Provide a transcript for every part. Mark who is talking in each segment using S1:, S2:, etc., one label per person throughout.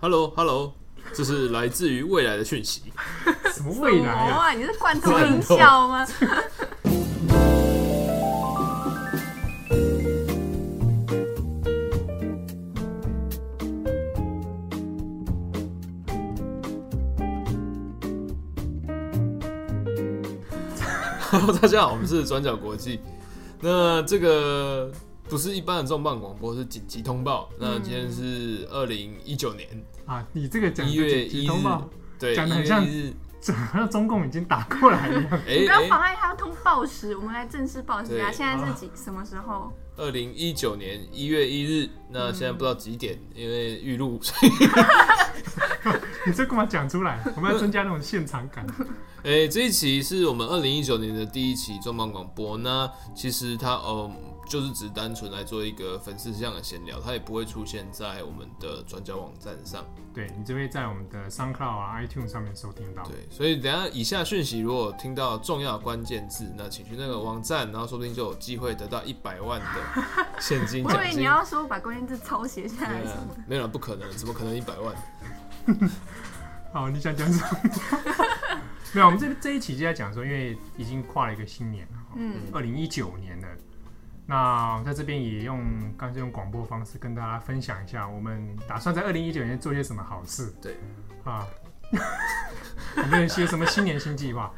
S1: Hello，Hello，这是来自于未来的讯息。
S2: 什么未来啊？
S3: 哦哇，你是罐头音效吗？
S1: Hello，大家好，我们是转角国际。那这个不是一般的重磅广播，是紧急通报。
S2: 嗯
S1: 那今天是二零一九年
S2: 啊，你这个讲
S1: 一
S2: 的
S1: 月
S2: 紧急
S1: 一
S2: 通
S1: 日
S2: 报，，
S1: 对，
S2: 讲
S1: 1
S2: 得很
S1: 月
S2: 像
S1: 1日
S2: 怎么像中共已经打过来一样？
S3: 你不要啊
S1: 哎
S3: 妨
S1: 哎，
S3: 碍他通报时，我们来正式报时啊！
S1: 对啊
S3: 现在是几什么时候？
S1: 二零一九年一月一日，那现在不知道几点，
S2: 嗯
S1: 因为预录，所以
S2: 你这干嘛讲 出来？我们要增加那种现场感。
S1: 哎，这一期是我们二零一九年的第一期重磅广播。那其实它嗯，就是只单纯来做一个粉丝向的闲聊，它也不会出现在我们的转角网站上。
S2: 对你就会在我们的 SoundCloud 啊、iTunes 上面收听到。
S1: 对，所以等一下以下讯息，如果听到重要的关键字，那请去那个网站，然后说不定就有机会得到一百万的现金
S3: 我以
S1: 奖
S3: 为你
S1: 金。
S3: 要说把关键字抄写下来
S1: 对
S3: 什
S1: 啊
S3: 么的。，
S1: 没有啦，不可能，怎么可能一百万？
S2: 好，哦你想讲什么？ 没有，我们这这一期就在讲说，因为已经跨了一个新年了，
S3: 嗯，
S2: 二零一九年了。那在这边也用刚才用广播方式跟大家分享一下，我们打算在二零一九年做些什么好事。
S1: 对，
S2: 啊， 我们有些什么新年新计划？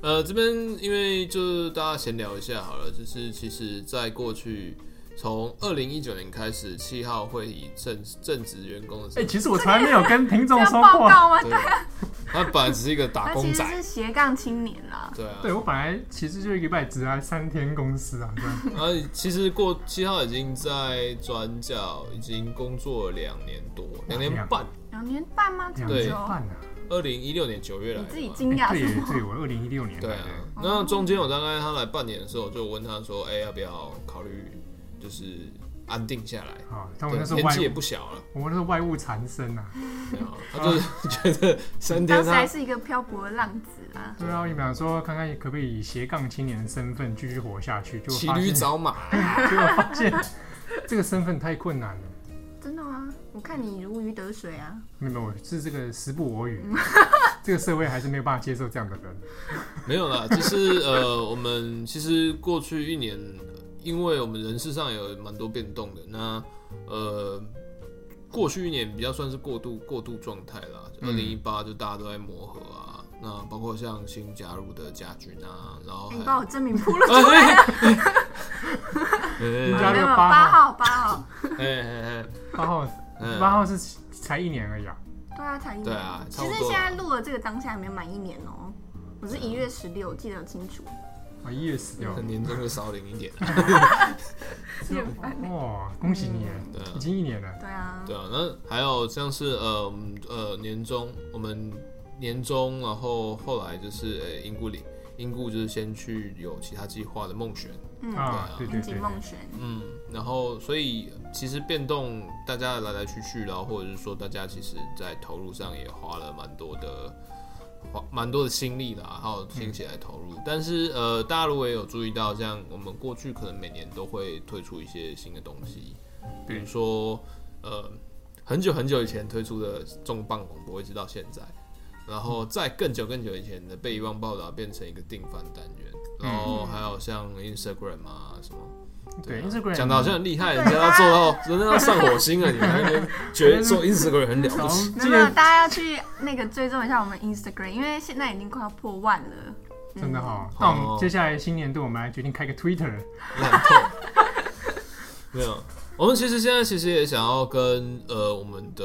S1: 呃，这边因为就是大家闲聊一下好了，就是其实在过去从二零一九年开始，七号会以正正职员工的
S2: 哎、
S1: 身份，
S2: 其实我从来没有跟听
S3: 这
S2: 众
S3: 要
S2: 说
S3: 报
S2: 过。
S3: 告吗？
S1: 对，啊他本来只是一个打
S3: 他
S1: 工
S3: 其
S1: 仔
S3: 实，是斜杠青年啦。
S1: 对啊，
S2: 对我本来其实就一个礼拜只来三天公司啊，这样
S1: 然后其实过七号已经在转角已经工作了两年多，两年半，
S3: 两年半吗？这
S2: 两
S3: 么
S1: 对
S2: 年
S3: 久？
S2: 半啊。
S1: 二零一六年九月来
S3: 你
S1: 的嘛
S3: 自己惊
S2: 哎
S3: 讶
S2: 对
S3: 什
S2: 耶
S3: 么？
S2: 对，我二零一六年
S1: 对
S2: 来哦
S1: 啊
S2: 的。，
S1: 那中间我大概他来半年的时候，我就问他说，哎、要不要考虑就是安定下来？
S2: 啊，但我
S1: 对
S2: 那时候
S1: 年
S2: 外
S1: 纪也
S2: 务，
S1: 不小了，
S2: 我那时候外务缠身啊。
S1: 对啊他就是觉得三天
S3: 当时还
S1: 他
S3: 是一个漂泊的浪子啦。
S2: 对啊，我们想说看看可不可以以斜杠青年的身份继续活下去，就
S1: 骑
S2: 发
S1: 驴
S2: 现，
S1: 找马，
S2: 结果发现这个身份太困难了。
S3: 真的吗？我看你如鱼得水啊。
S2: 没有没有，是这个时不我 与，这个社会还是没有办法接受这样的人。
S1: 没有啦，就是呃，我们其实过去一年，因为我们人事上有蛮多变动的，那呃，过去一年比较算是过渡过渡状态啦，二
S2: 嗯
S1: 零一八就大家都在磨合啊，那包括像新加入的家军啊，然后
S3: 哎
S1: 还。
S3: 你把我真名铺了
S1: 哎哎
S2: 你
S1: 哎
S2: 加
S3: 没
S2: 入
S3: 有
S2: 八
S3: 八
S2: 号，
S3: 号，八号。
S1: 哎
S2: 八号，
S1: 哎，嗯，
S2: 八号是才一年而已啊。
S3: 对啊，才一年。
S1: 对啊差
S3: 其
S1: 不
S3: 实
S1: 多
S3: 现在录了这个当下还没有满一年哦、我是一月十六，记得很清楚。
S2: 啊，一月十六，
S1: 年终就少领一点，
S2: 哦，恭喜你耶，
S1: 对啊
S2: 已。经一年了。
S3: 对啊，
S1: 对啊，那还有像是呃我们呃年终，我们年终，然后后来就是呃英固里，英固就是先去有其他计划的梦选，
S3: 嗯，
S2: 啊，对对
S3: 天井
S2: 对，
S3: 梦璇，
S1: 嗯，然后所以其实变动大家来来去去，然后或者是说大家其实在投入上也花了蛮多的。花蛮多的心力的、啊，还有心血来投入。但是呃，大家如果也有注意到，像我们过去可能每年都会推出一些新的东西，比如说呃，很久很久以前推出的重磅广播，一直到现在，然后在更久更久以前的被遗忘报道变成一个定番单元，然后还有像 Instagram 啊什么。
S2: 对
S1: 啊
S2: Instagram
S1: 讲的好像很厉害，
S3: 对
S1: 人
S3: 啊
S1: 家要做到，人家要上火星啊了，你们还在那边觉得 做 Instagram 很了不起？
S2: 从
S3: 没有，没有大家要去那个追踪一下我们 Instagram，因为现在已经快要破万了。嗯
S2: 真的哈、
S1: 好
S2: 那我们接下来新年度，我们来决定开个 Twitter，
S1: 烂透。 没有，我们其实现在其实也想要跟呃我们的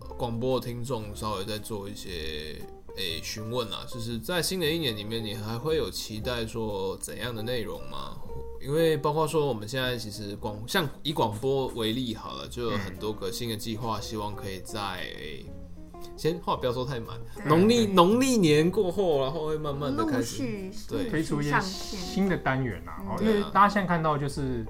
S1: 呃广播听众稍微再做一些诶询问啊，就是在新的一年里面，你还会有期待说怎样的内容吗？因为包括说我们现在其实广像以广播为例好了，就有很多个新的计划，希望可以在。诶先话不要说太满，
S3: 对嗯
S1: 农历农历年过后，然后会慢慢的
S3: 陆
S1: 开始，
S3: 续
S1: 对
S3: 陆
S2: 推出一些
S3: 续上线。
S2: 新的单元啊。哦，因
S1: 对啊
S2: 为大家现在看到就是，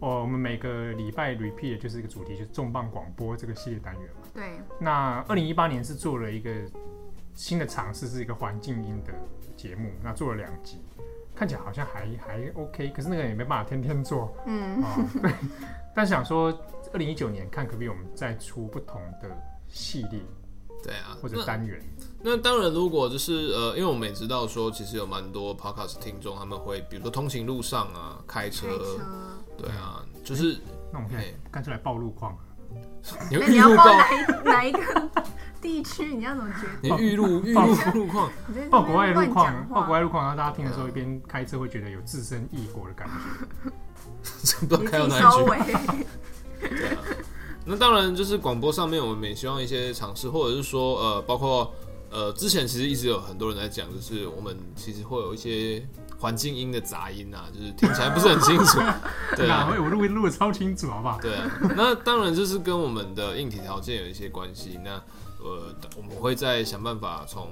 S2: 哦，我们每个礼拜 repeat 的就是一个主题，就是重磅广播这个系列单元嘛。
S3: 对，
S2: 那二零一八年是做了一个新的尝试，是一个环境音的节目，那做了两集。看起来好像还还 OK，可是那个也没办法天天做
S3: 嗯，
S2: 啊。对，但想说二零一九年看可不可以我们再出不同的系列
S1: 对啊，
S2: 或者
S1: 那
S2: 单元，
S1: 那当然，如果就是呃，因为我们也知道说，其实有蛮多 podcast 听众他们会，比如说通勤路上啊，开车，
S3: 开车，嗯
S1: 对啊，就是
S2: 那我们现
S1: 哎
S2: 在干脆来报路况啊。
S1: 你
S3: 那
S1: 会
S3: 你
S1: 预
S3: 要
S1: 录
S3: 报
S1: 报，
S3: 哪一哪一个地区？你要怎么决定？
S1: 你预录预录路况，
S3: 你在那边
S2: 报国外路
S3: 乱
S2: 况啊
S3: 讲，
S2: 报
S3: 话
S2: 国外路况，然后大家听的时
S1: 对
S2: 候
S1: 啊
S2: 一边开车会觉得有置身异国的感觉。
S1: 不知道
S3: 你
S1: 开
S3: 自
S1: 到
S3: 己
S1: 哪
S3: 收
S1: 里去。
S3: 尾。
S1: 对啊，那当然就是广播上面，我们也希望一些尝试，或者是说呃，包括呃，之前其实一直有很多人在讲，就是我们其实会有一些环境音的杂音啊，就是听起来不是很清楚。对啊
S2: 哪，会我录录的超清楚，好不好？
S1: 对啊，那当然就是跟我们的硬体条件有一些关系。那呃，我们会再想办法从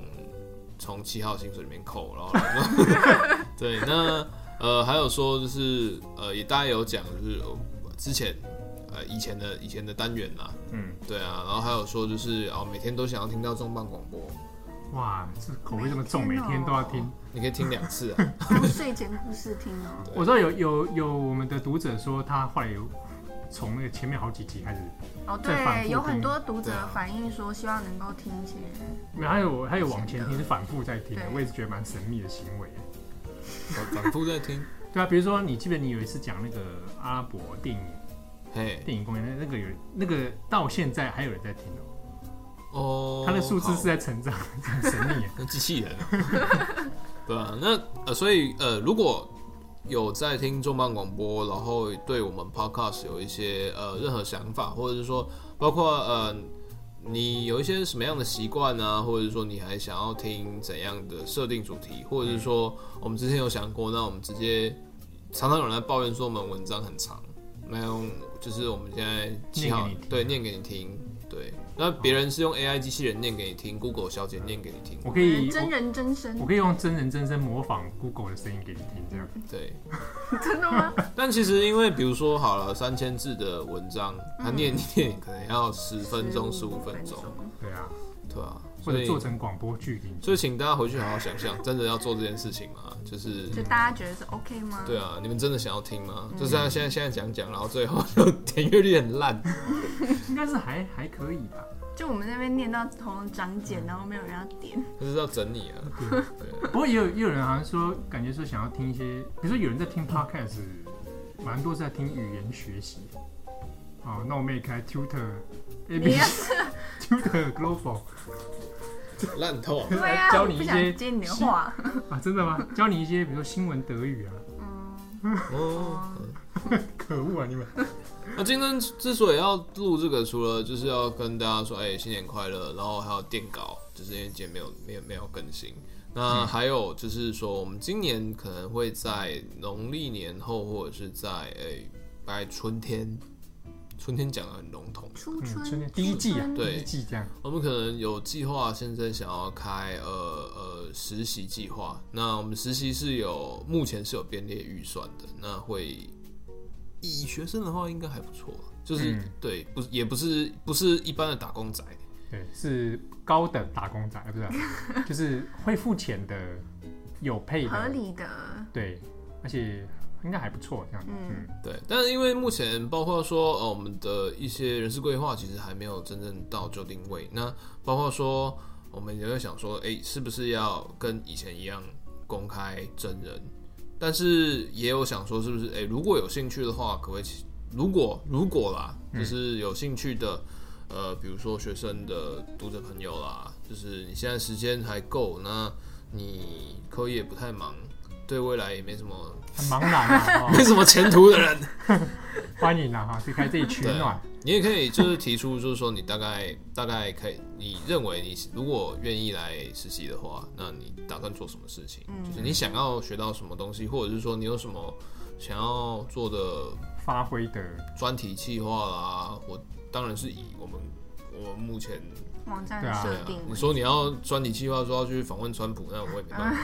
S1: 从七号薪水里面扣，然后来对，那呃还有说就是呃也大家有讲就是、呃之前呃以前的以前的单元啦，
S2: 嗯，
S1: 对啊，然后还有说就是哦每天都想要听到重磅广播，
S2: 哇，这口味这么重，每
S3: 每天哦
S2: 天都要听。
S1: 你可以听两次啊，
S3: 当嗯睡前故事听 哦。
S1: 对
S2: 我知道有有有我们的读者说，他后来有从那个前面好几集开始，
S3: 哦，
S2: 再反复
S3: 对，有
S2: 听
S3: 很多读
S1: 对
S3: 者
S1: 啊
S3: 反映说希望能够听一些，
S2: 没有还有还有往前听是反复在听的，
S3: 对
S2: 我也是觉得蛮神秘的行为。
S1: 反反复在听，
S2: 对啊，比如说你记不记得你有一次讲那个阿拉伯电影
S1: 嘿，
S2: 电影公园那那个有那个到现在还有人在听哦，
S1: 哦，
S2: 它的数字
S1: 好
S2: 是在成长， 很神秘耶。
S1: 那机器人、 啊，对啊，那呃，所以呃，如果有在听重磅广播，然后对我们 podcast 有一些呃任何想法，或者是说包括呃你有一些什么样的习惯呢？或者是说你还想要听怎样的设定主题，或者是说我们之前有想过，那我们直接常常有人在抱怨说我们文章很长，那用就是我们现在七号
S2: 念给你听啊
S1: 对念给你听。对，那别人是用 AI 机器人念给你听，Google 小姐念给你听，
S2: 我可以
S3: 真人真声
S2: 我，我可以用真人真声模仿 Google 的声音给你听，这样。
S3: 嗯
S1: 对，
S3: 真的吗？
S1: 但其实因为比如说好了，三千字的文章，它念一念可能要十分钟、嗯十五分钟，
S2: 对啊，
S1: 对啊，
S2: 或
S1: 所
S2: 者
S1: 以
S2: 做成广播剧给你听。
S1: 所以请大家回去好好想想，真的要做这件事情吗？就是
S3: 就大家觉得是 OK 吗？
S1: 对啊，你们真的想要听吗？就是他现在现在讲讲，然后最后 就点阅率很烂，
S2: 应该是还还可以吧。
S3: 就我们那边念到喉咙长茧，然后没有人要点，
S1: 就是要整你啊。
S2: 不过也有也有人好像说，感觉说想要听一些，比如说有人在听 podcast，蛮多是在听语言学习。哦，那我们也开 Tutor A B
S3: 你要
S2: Tutor Global
S1: 烂透。
S3: 对啊，
S2: 教
S3: 我
S2: 你
S3: 不
S2: 一
S3: 想
S2: 些
S3: 接你的话。
S2: 啊，真的吗？教你一些，比如说新闻德语啊。
S3: 嗯，
S1: 哦，
S3: 哦
S2: 可恶啊，你们！
S1: 那今天之所以要录这个，除了就是要跟大家说，哎、新年快乐，然后还有电稿，就是因为今天没有没有没有更新。那还有就是说，我们今年可能会在农历年后，或者是在哎，大、概春天，春天讲的很笼统，
S3: 初
S2: 嗯，
S3: 春
S2: 春天第一季啊，
S3: 初春
S1: 对
S2: 第一季这样。
S1: 我们可能有计划，现在想要开呃呃实习计划。那我们实习是有目前是有编列预算的，那会以学生的话应该还不错啊，就是、
S2: 嗯
S1: 对，不也不是不是一般的打工仔，
S2: 对，是高等打工仔，啊不 是啊、就是会付钱的，有配
S3: 合
S2: 的，
S3: 理的，
S2: 对，而且应该还不错这样。嗯
S3: 嗯，
S1: 对。但是因为目前包括说呃我们的一些人事规划其实还没有真正到就定位，那包括说我们也在想说，诶，是不是要跟以前一样公开真人？但是也有想说，是不是诶，如果有兴趣的话，可不可以请？如果如果啦，就是有兴趣的，呃，比如说学生的读者朋友啦，就是你现在时间还够，那你课业也不太忙，对未来也没什么
S2: 很茫然 啊，哦
S1: 没什么前途的人，
S2: 欢迎啊哈，可以开这里取暖。
S1: 你也可以就是提出，就是说你大概大概可以，你认为你如果愿意来实习的话，那你打算做什么事情？就是你想要学到什么东西，或者是说你有什么想要做的
S2: 发挥的，
S1: 专题计划啦？我当然是以我们我目前
S3: 网站
S2: 对啊
S3: 设
S1: 对啊
S3: 定，
S1: 你说你要专题计划说要去访问川普，那我也没办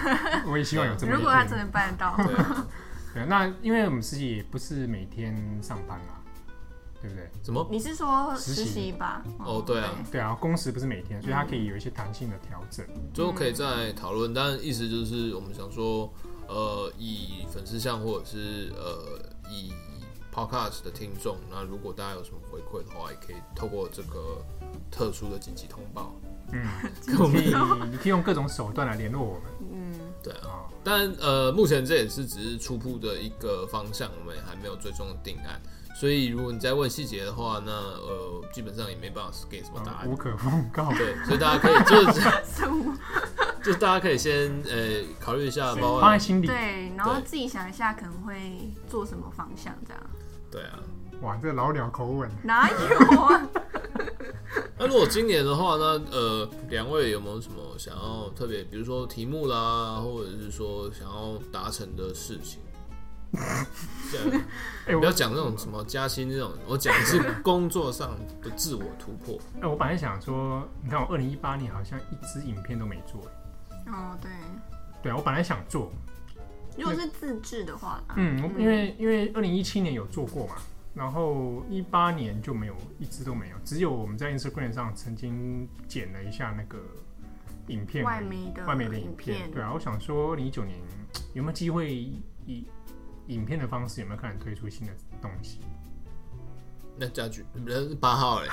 S1: 法。
S2: 我也希望有这么一
S3: 啊如果他真
S2: 天。
S3: 的办得到，
S1: 对啊，
S2: 对，那因为我们自己也不是每天上班啦，对不对？
S1: 怎么？
S3: 你是说
S2: 实
S3: 实
S2: 习
S3: 习吧？
S1: 哦对啊
S2: 对啊，工时不是每天，
S3: 嗯
S2: 所以它可以有一些弹性的调整。
S1: 最后可以再讨论，但意思就是我们想说，呃以粉丝向或者是呃以 podcast 的听众，那如果大家有什么回馈的话，也可以透过这个特殊的紧急通报
S2: 嗯，
S1: 跟我
S2: 可
S1: 们
S2: 以你可以用各种手段来联络我们
S3: 嗯，
S1: 对啊。
S2: 啊、
S1: 当然，呃，目前这也是只是初步的一个方向，我们也还没有最终的定案。所以，如果你再问细节的话，那呃，基本上也没办法给什么答
S2: 嗯无
S1: 案。
S2: 可奉告。
S1: 对，所以大家可以就是
S3: 生物
S1: 就是大家可以先呃考虑一下，包括
S2: 放在心里。
S3: 对，然后
S1: 对
S3: 自己想一下可能会做什么方向这样。
S1: 对啊。
S2: 哇，这老鸟口吻，
S3: 哪有啊？
S1: 那如果今年的话呢，呃，两位有没有什么想要特别，比如说题目啦，或者是说想要达成的事情？这样
S2: 哎、我
S1: 不要讲那种什么加薪这种，我讲的是工作上的自我突破。
S2: 哎、我本来想说，你看我二零一八年好像一支影片都没做。
S3: 哦，对，
S2: 对啊，我本来想做，
S3: 如果是自制的话啦，
S2: 嗯，我因为因为二零一七年有做过嘛，然后一八年就没有，一支都没有，只有我们在 Instagram 上曾经剪了一下那个影片而
S3: 外
S2: 已，
S3: 媒的
S2: 外媒的
S3: 影
S2: 影片。对啊，我想说，二零一九年有没有机会以影片的方式，有没有可能推出新的东西？
S1: 那家具人八号欸嘞，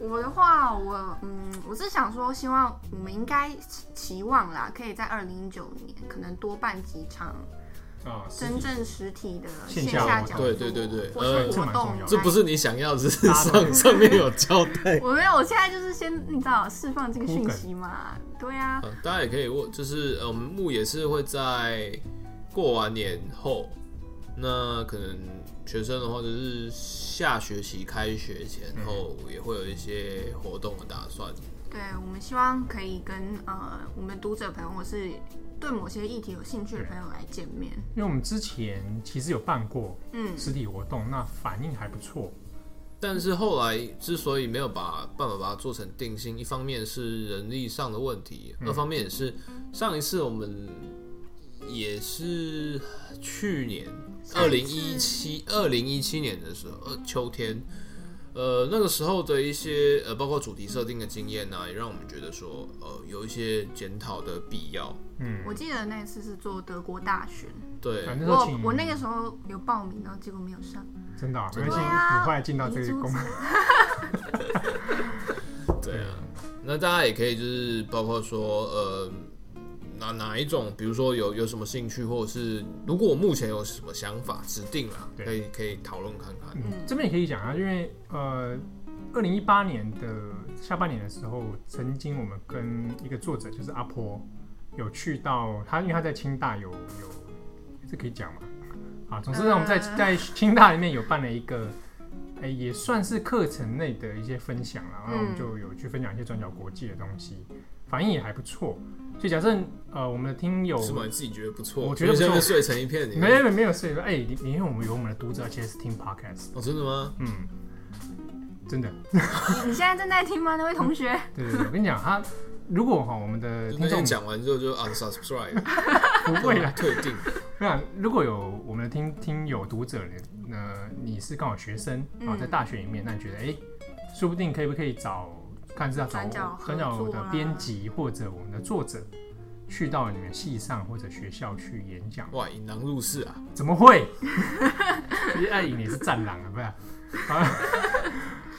S3: 我的话，我嗯，我是想说，希望我们应该期期望啦，可以在二零一九年可能多办几场
S2: 啊，
S3: 真正实体的
S2: 线下活
S3: 下
S2: 动
S3: 讲座，
S1: 对对对对
S3: 或是
S2: 呃这
S3: 活
S2: 蛮重
S3: 动
S2: 要，
S1: 这不。是你想要，只是
S2: 八号
S1: 上上面有交代。
S3: 我没有，我现在就是先你知道释放这个讯息嘛，对啊，
S1: 呃大家也可以问，就是呃，我们木也是会在过完年后，那可能学生的话就是下学期开学前后也会有一些活动的打算。
S3: 对，我们希望可以跟呃我们读者朋友，或是对某些议题有兴趣的朋友来见面，
S2: 因为我们之前其实有办过
S3: 嗯，
S2: 实体活动，那反应还不错。
S1: 但是后来之所以没有把办法把它做成定性，一方面是人力上的问题，二方面也是上一次我们也是去年
S3: 上
S1: 二
S3: 一
S1: 零
S3: 次
S1: 一七二零一七年的时候，呃，秋天，呃，那个时候的一些呃，包括主题设定的经验呢、也让我们觉得说，呃，有一些检讨的必要。
S2: 嗯，
S3: 我记得那次是做德国大选，
S1: 对，
S2: 反正说
S3: 我
S2: 请
S3: 我那个时候有报名，然后结果没有上。
S2: 真的、啊，没
S3: 对
S2: 关系，
S3: 啊，
S2: 你后来进到这
S3: 遗珠
S2: 个
S3: 之
S2: 公，
S1: 对啊，
S2: 嗯
S1: 那大家也可以就是包括说，呃，哪哪一种，比如说有有什么兴趣，或者是如果我目前有什么想法，指定啊，
S2: 对
S1: 可以可以讨论看看。
S2: 嗯，这边也可以讲啊，因为呃，二零一八年的下半年的时候，曾经我们跟一个作者就是阿坡，有去到他，因为他在清大有有，这可以讲嘛？啊，总之呢，我们在
S3: 呃
S2: 在清大里面有办了一个，哎、也算是课程内的一些分享啦，然后我们
S3: 嗯
S2: 就有去分享一些转角国际的东西，反应也还不错。所以假设呃，我们的听友
S1: 是吗？你自己觉得不错？
S2: 我觉得不错
S1: 现在睡成一片，你
S2: 没有没有没有，所以说哎，你你因为我们有我们的读者，而且是听 podcast，
S1: 哦，真的吗？
S2: 嗯，真的。
S3: 你你现在正在听吗，那位同学？
S2: 对对对，我跟你讲，他如果哈我们的
S1: 就
S2: 听
S1: 那
S2: 众啊
S1: 天讲完之后就 unsubscribe，
S2: 不会啦，
S1: 退订。
S2: 我想如果有我们的听听友读者呢，那你是刚好学生啊，
S3: 嗯
S2: 在大学里面，那你觉得哎，说不定可以不可以找看是要找
S3: 转角合
S2: 转角
S3: 作啊
S2: 的
S3: 啦
S2: 编辑或者我们的作者去到你们系上或者学校去演讲？
S1: 哇，引狼入室啊！
S2: 怎么会？ 其实爱颖也是战狼啊，不是啊？啊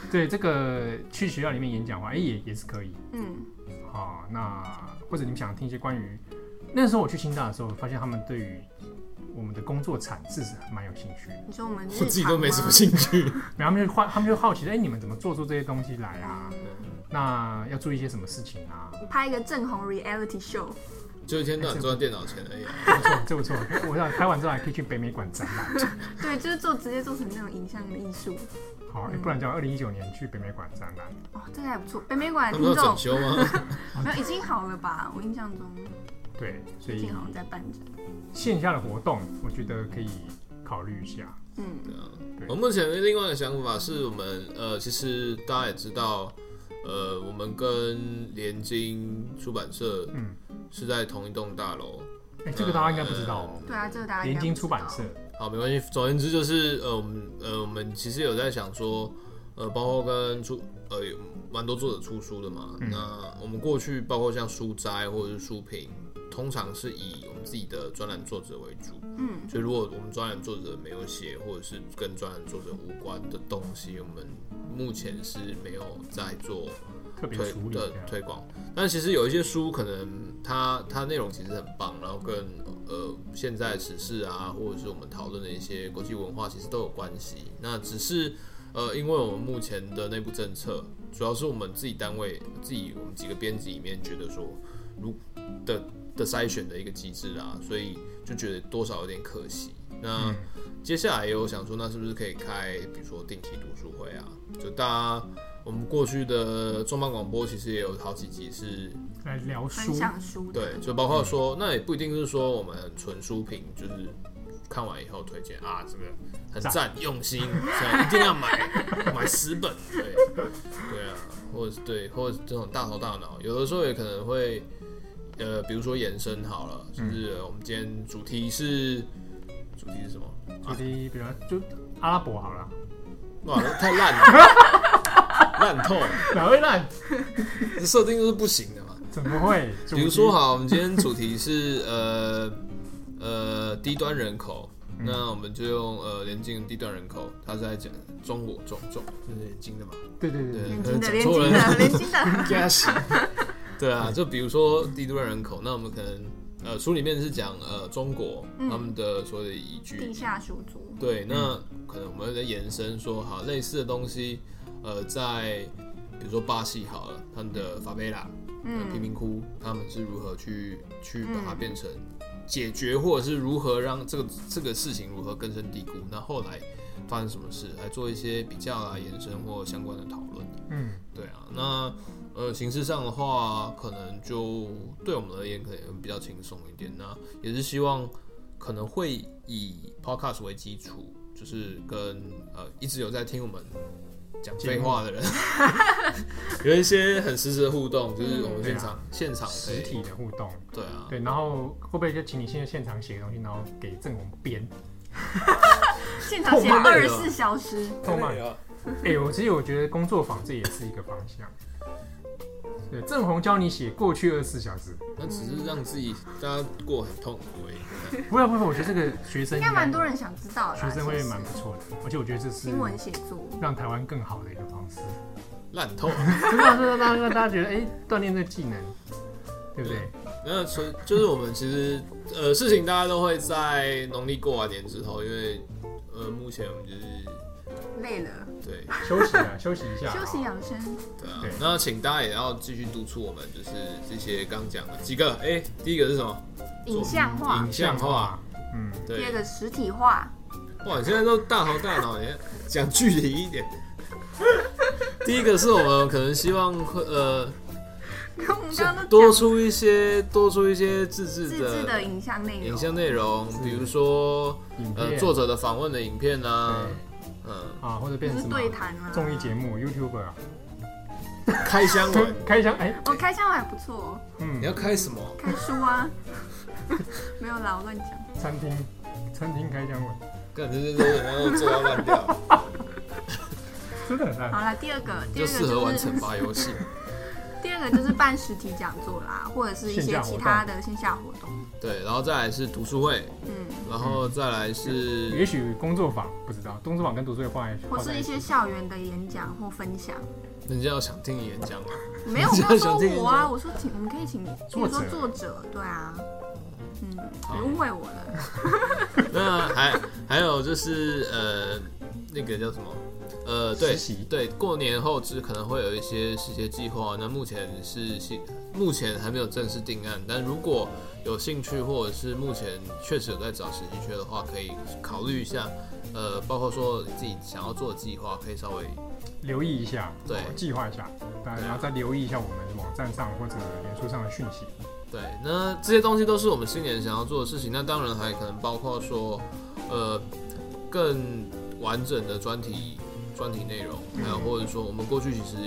S2: 对，这个去学校里面演讲的话，哎、也也是可以。
S3: 嗯，
S2: 啊，那或者你们想听一些关于那时候我去清大的时候，发现他们对于我们的工作产制是蛮有兴趣的，
S3: 你说我们
S1: 我自己都没什么
S3: 信。
S1: 兴趣。
S2: 然后他们就好，他们就好奇，哎、你们怎么做出这些东西来啊？那要注意些什么事情啊？
S3: 拍一个正红 reality show，
S1: 就一天到晚坐在电脑前而已啊、
S2: 这不错，这不错，我想拍完之后还可以去北美馆展览。
S3: 对，就是做直接做成那种影像的艺术，
S2: 好，哎不然叫二零一九年去北美馆展览。
S3: 哦，这个还不错。北美馆
S1: 他
S3: 的
S1: 们要
S3: 听
S1: 整
S3: 众
S1: 修吗？
S3: 没有已经好了吧？我印象中
S2: 对，所
S3: 最
S2: 以
S3: 近好像在办着。
S2: 线下的活动，我觉得可以考虑一下。
S3: 嗯，
S1: 对啊
S2: 对
S1: 我目前的另外一个想法是我们呃，其实大家也知道，呃，我们跟联经出版社
S2: 嗯，
S1: 是在同一栋大楼。
S2: 哎、这个大家应该不知道哦。
S3: 对啊，这个大家应
S2: 联
S3: 该
S2: 经
S3: 不知
S2: 出版
S3: 道
S2: 社，
S1: 好，没关系。总而言之，就是呃，我们呃，我们其实有在想说，呃，包括跟出呃，嗯有蛮多作者出书的嘛。那我们过去包括像书斋或者是书评，通常是以我们自己的专栏作者为主，
S3: 嗯
S1: 所以如果我们专栏作者没有写，或者是跟专栏作者无关的东西，我们目前是没有在做
S2: 特别
S1: 推
S2: 处理
S1: 的
S2: 这样。
S1: 推广。但其实有一些书，可能它它内容其实很棒，然后跟呃现在时事啊，或者是我们讨论的一些国际文化，其实都有关系。那只是呃，因为我们目前的内部政策，主要是我们自己单位自己我们几个编辑里面觉得说，如的的筛选的一个机制啊，所以就觉得多少有点可惜。那、
S2: 嗯
S1: 接下来也有想说，那是不是可以开，比如说定期读书会啊？就大家，我们过去的重磅广播其实也有好几集是，
S2: 来聊
S3: 分
S2: 书，
S3: 享书的
S1: 对，就包括说，那也不一定是说我们纯书评，就是看完以后推荐啊，这个很赞，用心，这样一定要买买十本，对，对啊，或者是对，或者是这种大头大脑，有的时候也可能会，呃，比如说延伸好了，就是我们今天主题是主题是什么？
S2: 主题比如就阿拉伯好了，
S1: 哇，太烂了，烂透了，
S2: 哪会烂？
S1: 这设定就是不行的嘛。
S2: 怎么会？主
S1: 比如
S2: 题
S1: 说，好，我们今天主题是 呃呃低端人口，那我们就用呃连襟低端人口，他是在讲中国中中就是连襟的嘛，
S2: 对对对对，
S3: 连襟的，
S1: 讲
S3: 连
S1: 错
S3: 襟
S1: 了
S3: 的，连襟的，
S1: 加息。对啊，就比如说低端人口，那我们可能呃书里面是讲呃中国他们的所谓的宜居，
S3: 地下书族，
S1: 对，那可能我们在延伸说，好类似的东西，呃，在比如说巴西好了，他们的法贝拉、嗯、贫民窟，他们是如何去去把它变成解决，或者是如何让这个这个事情如何根深蒂固？那后来发生什么事，来做一些比较啊、延伸或相关的讨论。
S2: 嗯，
S1: 对啊，那呃，形式上的话，可能就对我们而言可能比较轻松一点。那也是希望可能会以 podcast 为基础，就是跟呃一直有在听我们讲废话的人， 有一些很实时的互动，就是我们现场、现场可以
S2: 实体的互动，
S1: 对啊，
S2: 对，然后会不会就请你现在现场写个东西，然后给郑红编？
S3: 现场写
S1: 痛骂
S3: 二
S1: 人
S3: 十
S1: 了
S3: 四小时，
S2: 动漫哎、我其实我觉得工作坊这也是一个方向。对，郑红教你写过去二十四小时，
S1: 那只是让自己大家过很痛苦而已。
S2: 不会不会，我觉得这个学生
S3: 应该蛮多，人想知道的
S2: 学
S3: 啦。
S2: 生会
S3: 其实
S2: 蛮不错的，而且我觉得这是
S3: 新闻写作，
S2: 让台湾更好的一个 方式，
S1: 烂啊透了。
S2: 真的是让大家让大家觉得哎，锻炼这个技能，对不 对？
S1: 那所以就是我们其实呃事情大家都会在农历过完年之后，因为呃目前我们就是
S3: 累了，
S1: 对
S2: 休息啊，休息一下，
S3: 休息养生，
S1: 对啊
S2: 对
S1: 那请大家也要继续督促我们，就是这些刚讲的几个，哎、第一个是什么？
S3: 啊影像化
S1: 影，像化，，
S2: 嗯，
S3: 第二
S1: 对，
S3: 个实体化，
S1: 哇，你现在都大头大脑，你 讲距离一点。 第一个是我们可能希望会呃
S3: 跟我们刚刚都
S1: 多
S3: 讲
S1: 出一些多出一些自制
S3: 自制
S1: 的
S3: 的影像内
S1: 影
S3: 容，
S1: 像内容，比如说
S2: 影
S1: 呃
S2: 片
S1: 作者的访问的影片啊，
S2: 啊对
S1: 嗯，
S2: 啊，或者变
S3: 就
S2: 成什
S3: 是
S2: 么
S3: 对谈啊，
S2: 综艺节目 YouTube 啊，
S1: 开箱文。
S2: 开箱哎，
S3: 我开箱还不错哦，
S2: 嗯
S1: 你，要开什么？
S3: 开书啊， 没有啦，我乱讲。
S2: 餐厅餐厅开箱文
S3: 啊
S1: 干这些东西，然后做到烂 掉，
S2: 真的很烂
S3: 好，啦，第二个，第
S1: 就
S3: 二个
S1: 适合玩
S3: 就是
S1: 惩罚游戏。
S3: 第二个就是办实体讲座啦， 或者是一些其他的线下活动。
S1: 对，然后再来是读书会，
S3: 嗯，
S1: 然后再来
S2: 也
S1: 是
S2: 许工作坊不知道，工作坊跟读书会画在
S3: 或
S2: 画
S3: 是
S2: 在
S3: 一些校园的演讲或分 享。
S1: 人家要想听你演讲啊，
S3: 没有，我
S1: 你
S3: 没
S1: 这样
S3: 有
S1: 想
S3: 说
S1: 听
S3: 我啊，我说请，我们可以请，比如
S2: 作
S3: 说
S2: 者
S3: 作者，对啊，嗯，你误会我了。
S1: 那还还有就是呃，那个叫什么？呃，对
S2: 实习
S1: 对，过年后只可能会有一些实习计划。那目前是新，目前还没有正式定案，但如果有兴趣或者是目前确实有在找实习缺的话，可以考虑一下。呃，包括说你自己想要做的计划，可以稍微
S2: 留意一下，哦
S1: 对
S2: 计划一下，大家
S3: 啊
S2: 然后再留意一下我们网站上或者脸书上的讯息。
S1: 对，那这些东西都是我们新年想要做的事情。那当然还可能包括说，呃，更完整的专题专题内容，还有或者说我们过去其实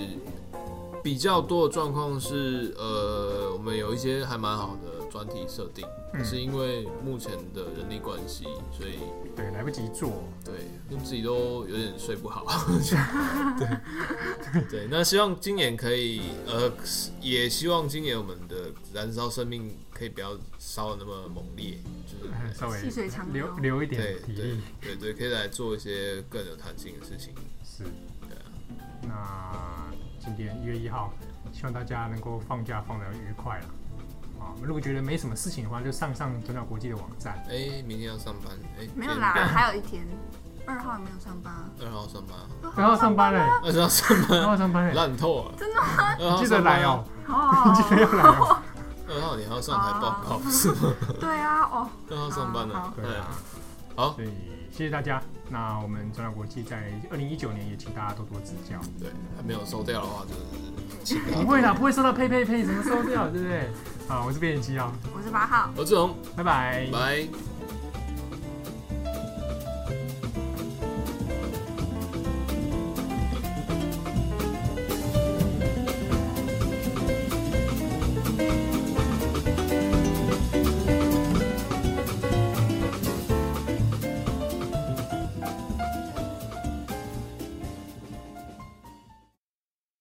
S1: 比较多的状况是，呃，我们有一些还蛮好的专题设定，
S2: 嗯
S1: 是因为目前的人力关系，所以
S2: 对，来不及做，
S1: 对，就自己都有点睡 不好。对对，那希望今年可以，呃，也希望今年我们的燃烧生命可以不要烧的那么猛烈， 就是
S2: 哎 稍微
S3: 细水长流
S2: 留留一
S1: 对
S2: 点体
S1: 对
S2: 力。
S1: 对对，可以来做一些更有弹性的事情。
S2: 是，
S1: 对啊，
S2: 那今天一月一号，希望大家能够放假放得愉快啦。啊，如果觉得没什么事情的话，就上上转角国际的网站。
S1: 哎、明天要上班，哎、
S3: 没 有
S1: 今
S3: 啦，
S1: 天
S3: 还有一天，二号没有上班啊，
S1: 不二号上班，
S2: 然后上班嘞，
S1: 二号上
S2: 然
S1: 班
S2: 后上班嘞，
S1: 烂透了，真的吗
S2: 记得来哦，
S3: 哦，
S2: 记得要来哦。
S1: 二号你还要上台报告不是吗？
S3: 对啊，哦，
S1: 二号上班了
S3: 啊，
S2: 对啊，
S1: 好
S2: 所以谢谢大家。那我们转角国际在二零一九年也请大家多多指教。
S1: 对，还没有收掉的话就是请大家
S2: 不会啦，不会收到呸呸呸，怎么收掉，对不对？好，我是编辑七号，
S3: 我是八号。
S1: 我志荣，
S2: 拜拜。
S1: 拜。